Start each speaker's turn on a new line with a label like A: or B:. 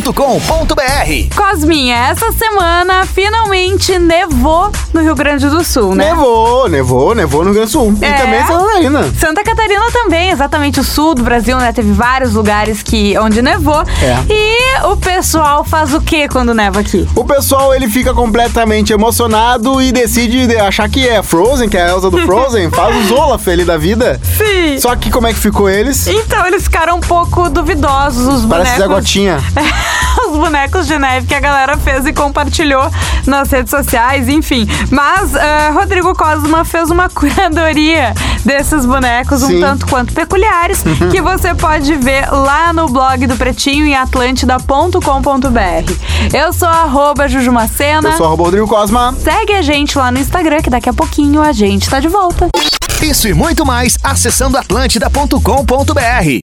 A: Atlântida.com.br
B: Cosminha, essa semana finalmente nevou no Rio Grande do Sul, né?
C: Nevou, nevou, nevou no Rio Grande do Sul.
B: É.
C: E também Santa Catarina.
B: Santa Catarina também, exatamente o sul do Brasil, né? Teve vários lugares que onde nevou.
C: É.
B: E o pessoal faz o que quando neva aqui?
C: O pessoal, ele fica completamente emocionado e decide de- achar que é Frozen, que é a Elsa do Frozen, faz os Olaf ali da vida.
B: Sim.
C: Só que como é que ficou eles?
B: Então eles ficaram um pouco duvidosos os
C: Parece Zé
B: bonecos.
C: Gotinha.
B: os bonecos de neve que a galera fez e compartilhou nas redes sociais, enfim. Mas eh, Rodrigo Cosma fez uma curadoria desses bonecos um
C: Sim.
B: tanto quanto peculiares que você pode ver lá no blog do Pretinho em atlântida.com.br. Eu sou arroba Jujumacena.
C: Eu sou arroba Rodrigo Cosma.
B: Segue a gente lá no Instagram que daqui a pouquinho a gente tá de volta.
A: Isso e muito mais acessando atlântida.com.br